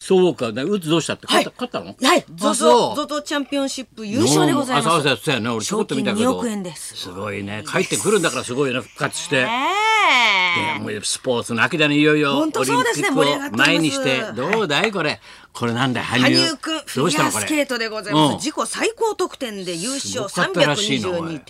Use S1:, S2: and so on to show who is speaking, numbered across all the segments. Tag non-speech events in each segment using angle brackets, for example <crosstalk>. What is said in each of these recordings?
S1: そうか、ね、うつどうしたって、
S2: はい
S1: 勝った勝ったの
S2: はい、
S1: あ
S2: ゾ
S1: そう
S2: ゾ、ゾゾチャンピオンシップ優勝でござい
S1: うんあ
S2: ま
S1: そう
S2: す。
S1: そうそうやね、俺ちょこっと見たけど。
S2: 賞金2億円です
S1: ごいね。帰ってくるんだからすごいね、復活して。いや
S2: ええ
S1: もうスポーツの秋だね、いよいよ。
S2: 本当そうですね
S1: オリンピ
S2: 盛り上が
S1: ッ
S2: っ
S1: クを
S2: てます
S1: 前にして、どうだいこれ。これなんだい、羽
S2: 羽
S1: 生。
S2: 生くん、フ
S1: どう
S2: ィ
S1: し
S2: ギ
S1: た
S2: ュ
S1: の
S2: ア
S1: これ。
S2: スケートでござい
S1: うん
S2: ます。自己最高得点で優勝
S1: すごかったらしいなおい
S2: 322.59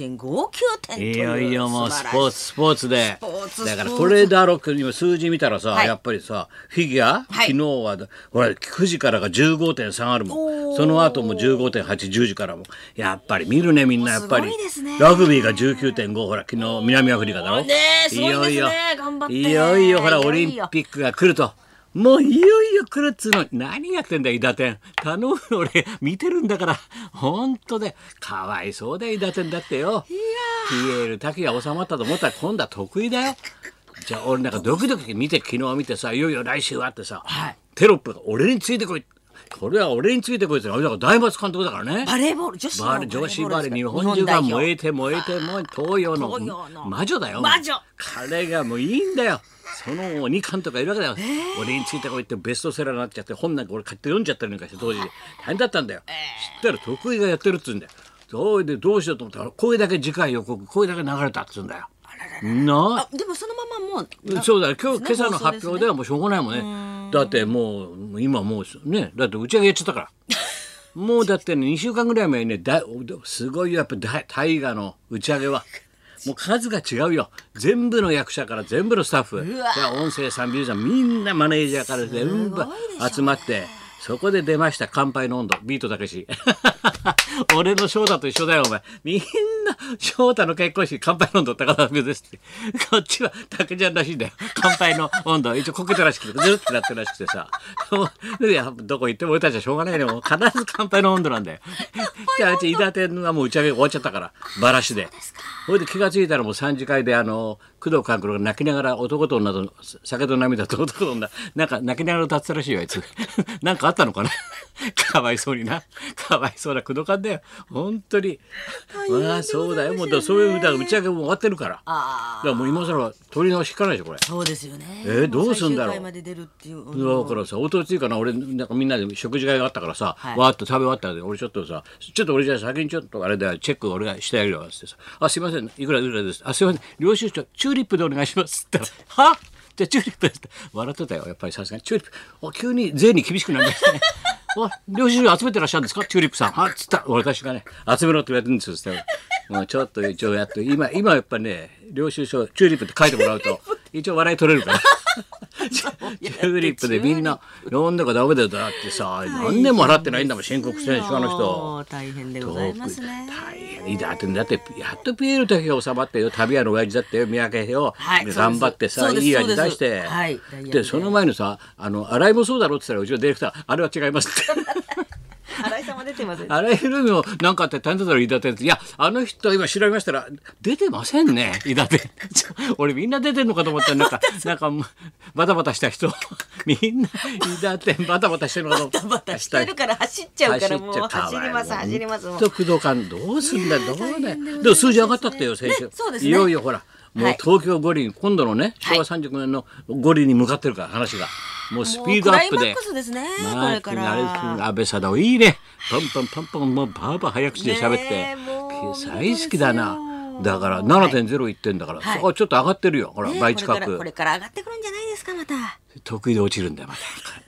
S2: 点という。
S1: いよいよもうスポーツ
S2: ツ。
S1: スポーツで
S2: スポーツ
S1: だから
S2: スポーツ
S1: これだろうけど今数字見たらさ、
S2: はい
S1: やっぱりさフィギュア、
S2: はい
S1: 昨日はだほら9時からが15.3あるも
S2: お
S1: ん
S2: ー
S1: その後も15.810時からもやっぱり見るねみんなやっぱり、
S2: すごいですね
S1: ラグビーが19.5ほら昨日南アフリカだろ
S2: ねえすごいですね頑張って
S1: いよいよほら
S2: い
S1: オ
S2: よい
S1: リ
S2: よ
S1: ンピックが来ると。もういよいよ来るっつうのに何やってんだよ伊達天頼むよ俺見てるんだから本当でかわいそうだよ伊達天だってよピエール滝が収まったと思ったら今度は得意だよじゃあ俺なんかドキドキ見て昨日見てさいよいよ来週はってさ、テロップが俺についてこいこれは俺についてこいってのはだから大松監督だからね
S2: バレーボール、女子の
S1: バレー女子バレー日本中
S2: 代
S1: が
S2: 表
S1: 燃えて燃えてもう東洋の
S2: 東洋の
S1: 魔女だよ
S2: 魔女
S1: 彼がもういいんだよその鬼監督がいるわけだよ、俺についてこいってベストセラーになっちゃって本なんか俺買って読んじゃったりなんかして当時大変だったんだよ、知ったら得意がやってるっつうんだよどうでどうしようと思ったらこれだけ次回予告これだけ流れたっつうんだよな
S2: あ、でもそのままもう。
S1: あそうだよ今日今朝の発表ではもうしょうがないもんねだってもう今もうねだって打ち上げやっちゃったからもうだってね2週間ぐらい前にねだすごいよやっぱだ大河の打ち上げはもう数が違うよ全部の役者から全部のスタッフ
S2: わ
S1: から音声さん美術さんみんなマネージャーから全部集まって。そこで出ました「乾杯の温度」ビートたけし <laughs> 俺の翔太と一緒だよお前みんな翔太の結婚式「乾杯の温度」高田文夫ですってこっちは竹ちゃんらしいんだよ「乾杯の温度」一応こけたらしくてずるってなってるらしくてさ <laughs> もうでどこ行っても俺たちはしょうがないねもう必ず「乾杯の温度」なんだよじゃあうち伊達天はもう打ち上げ終わっちゃったからバラシでそれで気が付いたらもう3次会であの工藤官九郎が泣きながら男と女と酒と涙と男と女なんか泣きながら歌ってたらしいよあいつ <laughs> なんかあったのかな <laughs> かわいそうになかわいそうな工藤官だよ本当にまあそうだよもうだからそういう歌が打ち上げも終わってるからだ
S2: あ
S1: からもう今更取り直し聞かないでしょこれ。
S2: そうですよね。
S1: えーどうすんだろう
S2: 最終回まで出るっていう。
S1: だからさ、おとついかな、俺、なんかみんなで食事会があったからさ、
S2: はい
S1: わーっと食べ終わったら、俺ちょっとさ、ちょっと俺じゃあ先にちょっとあれだよ、チェック俺がしてあげるわ、つってさ、あ、すいません、いくらいくらです。あ、すいません、領収書、チューリップでお願いします。って言ったら、はじゃあチューリップですって。笑ってたよ、やっぱりさすがに。チューリップ、お急に税に厳しくなりましたね。お領収書集めてらっしゃるんですかチューリップさん。はっつったら私がね、集めろって言われてるんですよ、つって。もうちょっと一応やって、今、今やっぱね、領収書、チューリップって書いてもらうと、一応笑い取れる
S2: <laughs>
S1: から。チューリップでみんな飲んだかダメだよだってさ何年も払ってないんだもん申告してないしあの人。
S2: 大変でござい
S1: 大
S2: ますね。
S1: 変だってだってやっとピエールだけが収まってよ旅屋の親父だってよ三宅を
S2: はい
S1: 頑張ってさ
S2: そうです
S1: いい味出し
S2: そう
S1: て
S2: ですはい
S1: でその前のさあの洗いもそうだろって言ったらうちのディレクターあれは違いますって。
S2: 新井さんも出てますね。
S1: あらゆるのなんかあって大変だったら伊達っていやあの人今調べましたら出てませんね伊達ちょ <laughs> 俺みんな出てんのかと思ったらなん
S2: <laughs>
S1: かなんかもうバタバタした人 <laughs> みんな伊達バタバタしてるのかと
S2: <laughs>
S1: 思った
S2: バタしてるから走っちゃうからもう走ります走りますも
S1: も
S2: う
S1: う。と工藤官どうすんだよどうだよ
S2: 大変でございます
S1: でも数字上がったってよ先週
S2: ねそうですね
S1: いよいよほらもう
S2: はい
S1: 東京五輪今度のね
S2: はい
S1: 昭和39年の五輪に向かってるから話がもうスピードアップ
S2: もうクライマ
S1: で
S2: ックスですね。こ
S1: マ
S2: れ
S1: ー
S2: か
S1: 君、アル
S2: ら。
S1: 安倍貞夫いいね。パンパンパンパンもうバーバー早口で喋って、
S2: ねえもう
S1: 最好きだな
S2: 本当。です
S1: だ
S2: よ
S1: から7.0いってんだから、
S2: はい
S1: そこはちょっと上がってるよ。ほら、
S2: ね
S1: 倍近
S2: これからこ
S1: く。
S2: れから上がってくるんじゃないですかまた。
S1: 得意で落ちるんだよま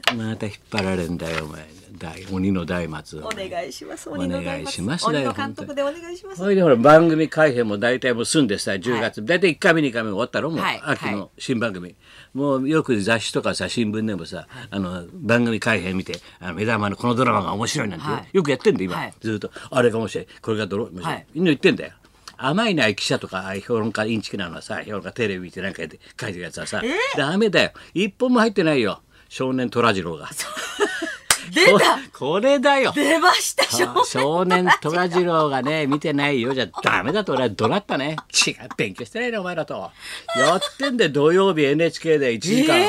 S1: た。また引っ張られんだよお前。大鬼の大松。
S2: お願いします。
S1: お願いします
S2: 鬼
S1: だよ
S2: の監督でお願いします。
S1: それでほら番組改編も大体もう済んでさ10月、大体1回目2回目終わったろもう、
S2: はい
S1: 秋
S2: は
S1: の新番組、もうよく雑誌とかさ新聞でもさ、あの番組改編見てあの目玉のこのドラマが面白いなんて、
S2: はい
S1: よくやってんだ今、
S2: はい
S1: ずっとあれが面白いこれがドロ面白い、
S2: はい
S1: みんな言ってんだよ甘いない記者とかああいう評論家インチキなのはさ評論家テレビ見てなんかやって書いてるやつはさ、ダメだよ一本も入ってないよ少年虎次郎が
S2: 出た
S1: <laughs> これだよ
S2: 出ました少
S1: あ少年虎次郎がね見てないよじゃダメだと俺は怒鳴ったね違う勉強してないねお前らとやってんで土曜日 NHK で1時間、
S2: えー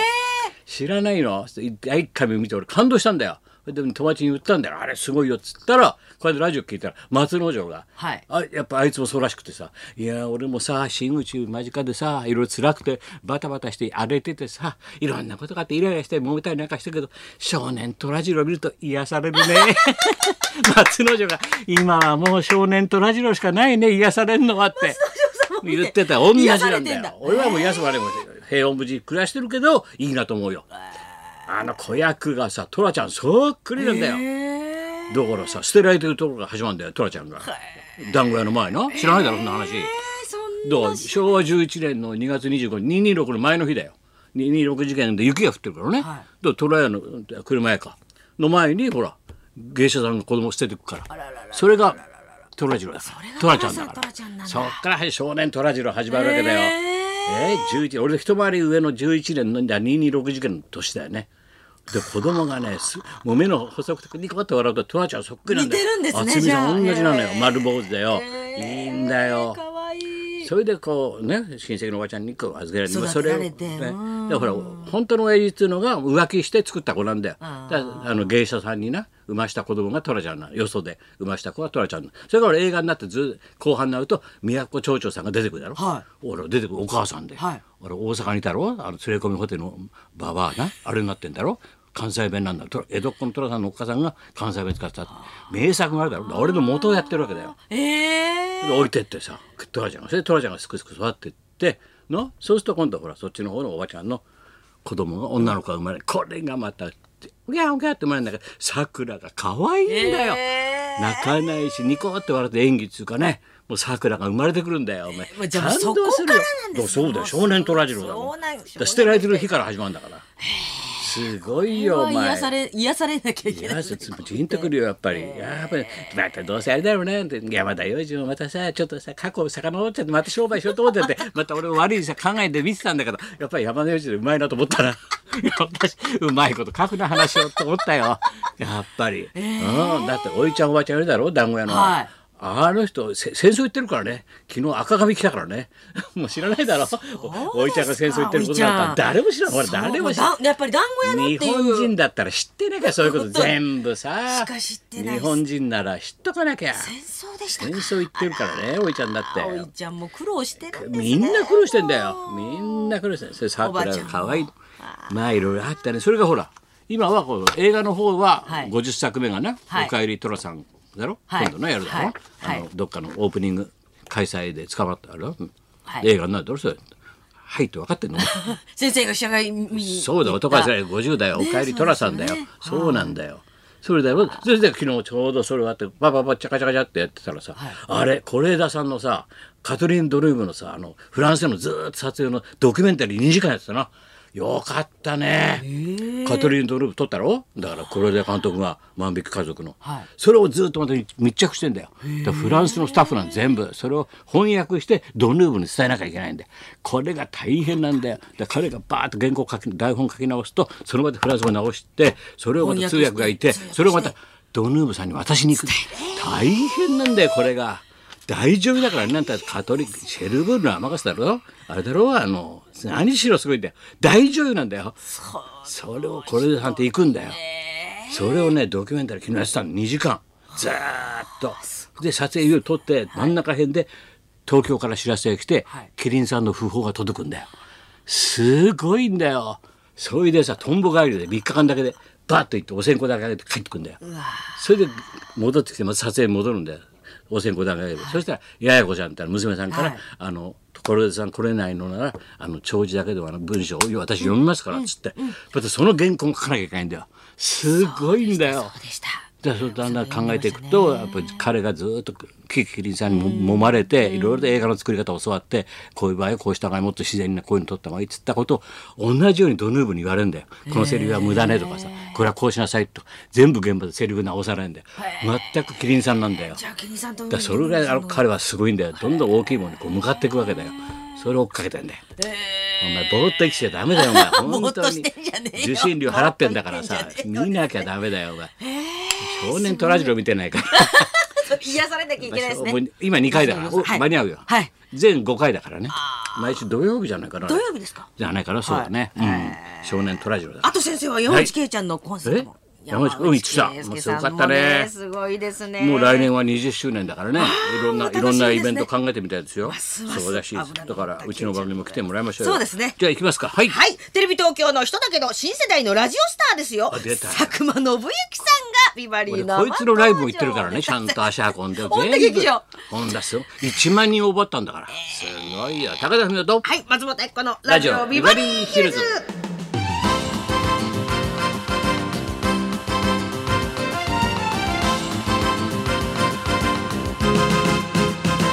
S1: 知らないの第1回目見て俺感動したんだよそれで友達に言ったんだよあれすごいよっつったらこれでラジオ聞いたら松之丞が、
S2: はい
S1: あやっぱあいつもそうらしくてさ「いや俺もさ真打ち間近でさいろいろ辛くてバタバタして荒れててさいろんなことがあってイライラして揉めたりなんかしたけど少年とラジロ見ると癒さ
S2: <laughs>
S1: れるね」松之丞が「今はもう少年とラジロしかないね癒されるのは」って <laughs> 言ってた同じな
S2: 癒さ
S1: ん
S2: れ
S1: だ
S2: て
S1: よ
S2: んだ
S1: 俺はもう癒されも平穏無事暮らしてるけどいいなと思うよ。あの子役がさトラちゃんそっくりなんだよ。
S2: えー
S1: だからさ捨てられてるところが始まるんだよトラちゃんが団子屋の前の知らないだろそんな話、
S2: そ
S1: ど
S2: ん
S1: う
S2: なし
S1: 昭和11年の2月25日226の前の日だよ226事件で雪が降ってるからね、
S2: は
S1: だからトラ屋の車屋かの前にほら芸者さんが子供捨ててくから
S2: らららら
S1: それがトラジロだから
S2: れが
S1: トラちゃんだ
S2: ト
S1: か
S2: ラちゃんなん
S1: ら
S2: だ
S1: そっからはい少年トラジロ始まるわけだよ、え
S2: え
S1: ー、11俺の一回り上の11年の226事件の年だよねで子供がねすもう目の細くてニコって笑うとトラちゃんそっくりなんだよ
S2: 似てるんですね
S1: 厚みが同
S2: じゃあ
S1: じなのよ
S2: へー
S1: 丸坊主だよ、
S2: え
S1: いいんだよ
S2: かわいい
S1: それでこうね親戚のおばちゃんにこう預けられて
S2: 育て
S1: まあそれを
S2: られてうん
S1: だから本当の親父っていうのが浮気して作った子なんだよだからあの芸者さんにな産ました子供がトラちゃんなのよそで産ました子はトラちゃんなのそれから映画になってず後半になると宮古町長さんが出てくるだろ、
S2: は
S1: 俺出てくるお母さんで、
S2: はい
S1: 俺大阪にいたろあの連れ込みホテルのババアなあれになってんだろ関西弁なんだトラ江戸っ子のトラさんのおっかさんが関西弁使ってたって名作があるだろ俺の元をやってるわけだよ
S2: ええ
S1: で置いてってさトラちゃんがそれでトラちゃんがすくすく育ってってのそうすると今度ほらそっちの方のおばちゃんの子供が女の子が生まれるこれがまたってうぎゃうぎゃって生まれるんだけどさくらが可愛いんだよ、
S2: えー
S1: 泣かないしニコって笑って演技っつうかねもうさくらが生まれてくるんだよお前
S2: まあじゃあそこからなんですね
S1: そうだよ少年トラジロだも
S2: そ
S1: ん
S2: う
S1: だ
S2: な
S1: か
S2: んです
S1: ら捨てられてる日から始まるんだからすごいよお前
S2: 癒され癒されなきゃいけ
S1: い
S2: ない
S1: や、そつジーンとくるよ、やっぱり。やっぱり、またどうせあれだろうね。って山田洋次もまたさ、ちょっとさ、過去を遡っちゃって、また商売しようと思っちゃって、 <laughs> また俺も悪いさ、考えて見てたんだけど、やっぱり山田洋次でうまいなと思ったな。 <laughs> やっぱし、うまいこと書くな話をと思ったよ。やっぱり。うん。だって、おいちゃんおばちゃんいるだろ、団子屋の。
S2: はい
S1: あの人せ戦争行ってるからね昨日赤髪来たからね <laughs> もう知らないだろおおいちゃんが戦争行ってることなんか誰も知らない俺誰も知らない
S2: そうだやっぱり団子屋の
S1: 日
S2: って
S1: 本
S2: いう
S1: 人だったら知ってなきゃそう
S2: <laughs>
S1: いうこと
S2: 本当
S1: 全部さ
S2: しか知ってない
S1: 日本人なら知っとかなきゃ
S2: 戦争でした
S1: 戦
S2: か
S1: 争言ってるからねおいちゃんだって
S2: おいちゃんも苦労してるんですね
S1: みんな苦労してんだよみんな苦労してんだよそれさくらが可愛いまあいろいろあったねそれがほら今はこう映画の方は
S2: はい
S1: 50作目がな「
S2: はい
S1: おかえり寅さん」だろ、
S2: はい
S1: 今度のやるだろ、
S2: はい
S1: あ
S2: はい
S1: のどっかのオープニング開催で捕まったあれだろ、
S2: はい
S1: 映画になるだろそれはいって分かってんの
S2: 先生が社会見に
S1: そうだ男はつらい50代おかえり寅さんだよ、
S2: ね
S1: そうなんだよそれだよそれで昨日ちょうどそれがあってパパパチャカチャカチャってやってたらさ、あれ是枝さんのさカトリン・ドルームのさあのフランスでのずーっと撮影のドキュメンタリー2時間やってたなよかったねカトリン・ドルーム撮ったろだから是枝監督が「万引き家族の」
S2: はい
S1: それをずっとまた密着してんだよだからフランスのスタッフなん全部それを翻訳してドヌーブに伝えなきゃいけないんだよこれが大変なんだよだから彼がバーッと原稿書き台本書き直すとその場でフランス語直してそれをまた通訳がいて
S2: 翻訳して
S1: それをまたドヌーブさんに渡しに行く大変なんだよこれが大丈夫だからねなんてカトリックシェルブールの甘かだろあれだろあの何しろすごいんだよ大女優なんだよそれをこれでさんって行くんだよそれをねドキュメンタリー昨日やってたの2時間ずーっとで撮影を撮って真ん中辺で東京から知らせが来て、
S2: はい
S1: キリンさんの訃報が届くんだよすごいんだよそれでさとんぼ帰りで3日間だけでバッと行ってお線香だけあげて帰ってくんだよそれで戻ってきてまた撮影に戻るんだよお線香だけあげて、そしたらややこちゃんってあの娘さんから、
S2: はい
S1: あのこれさん来れないのならあの弔辞だけではあの文章を私読みますからっつって、またその原稿も書かなきゃいけないんだよすごいんだよ
S2: そうでした
S1: だそうだんだん考えていくとやっぱり彼がずっとキキキリンさんにも揉まれていろいろと映画の作り方を教わってこういう場合はこうした方がいいもっと自然なこういうの撮った方がいいっつったことを同じようにドヌーブに言われるんだよこのセリフは無駄ねとかさこれはこうしなさいと全部現場でセリフ直されるんだよ全くキリンさんなんだよ
S2: じゃあキリンさんと
S1: だからそれぐらいあの彼はすごいんだよどんどん大きいものにこう向かっていくわけだよそれを追っかけてんだよお前ぼーっと生きちゃダメだよお前
S2: <laughs> ぼー
S1: 本
S2: っ
S1: 当
S2: と
S1: に
S2: してんじゃねえよ
S1: 受信料払ってんだからさ
S2: ぼーっとしてんじゃねえよ
S1: 見なきゃダメだよお前少年トラジロ見てないから
S2: 癒されな
S1: <laughs>
S2: きゃいけないですね
S1: もう今2回だから、お
S2: はい
S1: 間に合うよ、
S2: はい
S1: 全5回だからね毎週土曜日じゃないかな
S2: 土曜日ですか
S1: じゃないかなそうだね、うん、少年トラジロだ
S2: あと先生は山内圭ちゃんのコンサートも
S1: 山内海来た
S2: 山内
S1: もう
S2: 圭
S1: す
S2: 介
S1: ご
S2: さ
S1: か
S2: ん
S1: っ
S2: も
S1: たね
S2: すごいですね。
S1: もう来年は20周年だからねいろんな、
S2: 楽し
S1: い
S2: みで
S1: ろ
S2: す
S1: ん
S2: ね
S1: なイベント考えてみたいですよ、
S2: ますます
S1: そうらしいです
S2: 危なかった
S1: だからうちの番組も来てもらいましょうよ
S2: そうですね
S1: じゃあ行きますかはい、
S2: はい、テレビ東京の人だけど新世代のラジオスターですよ。
S1: あ出た
S2: 佐久間信之さんがビバリーの。
S1: こいつのライブも行ってるからね、ちゃんと足運んで。
S2: <laughs> 本田劇場。
S1: 本田ですよ。1万人応募あったんだから。すごいよ。高田文夫と。
S2: はい、松本彦のラジオビバリーヒルズ。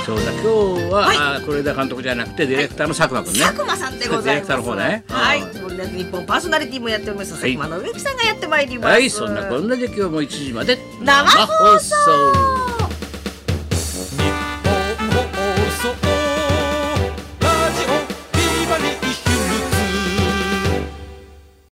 S1: そうだ、今日は、
S2: はい
S1: あーこれだ監督じゃなくて、ディレクターの佐久間君ね。
S2: 佐久間さんでございます。
S1: ディレクターの方ね。
S2: はい、
S1: うん
S2: 森田日本パーソナリティもやっております。佐久間信之さんがやってまいります。
S1: はい、そんなこんなで今日も1時まで
S2: 生放送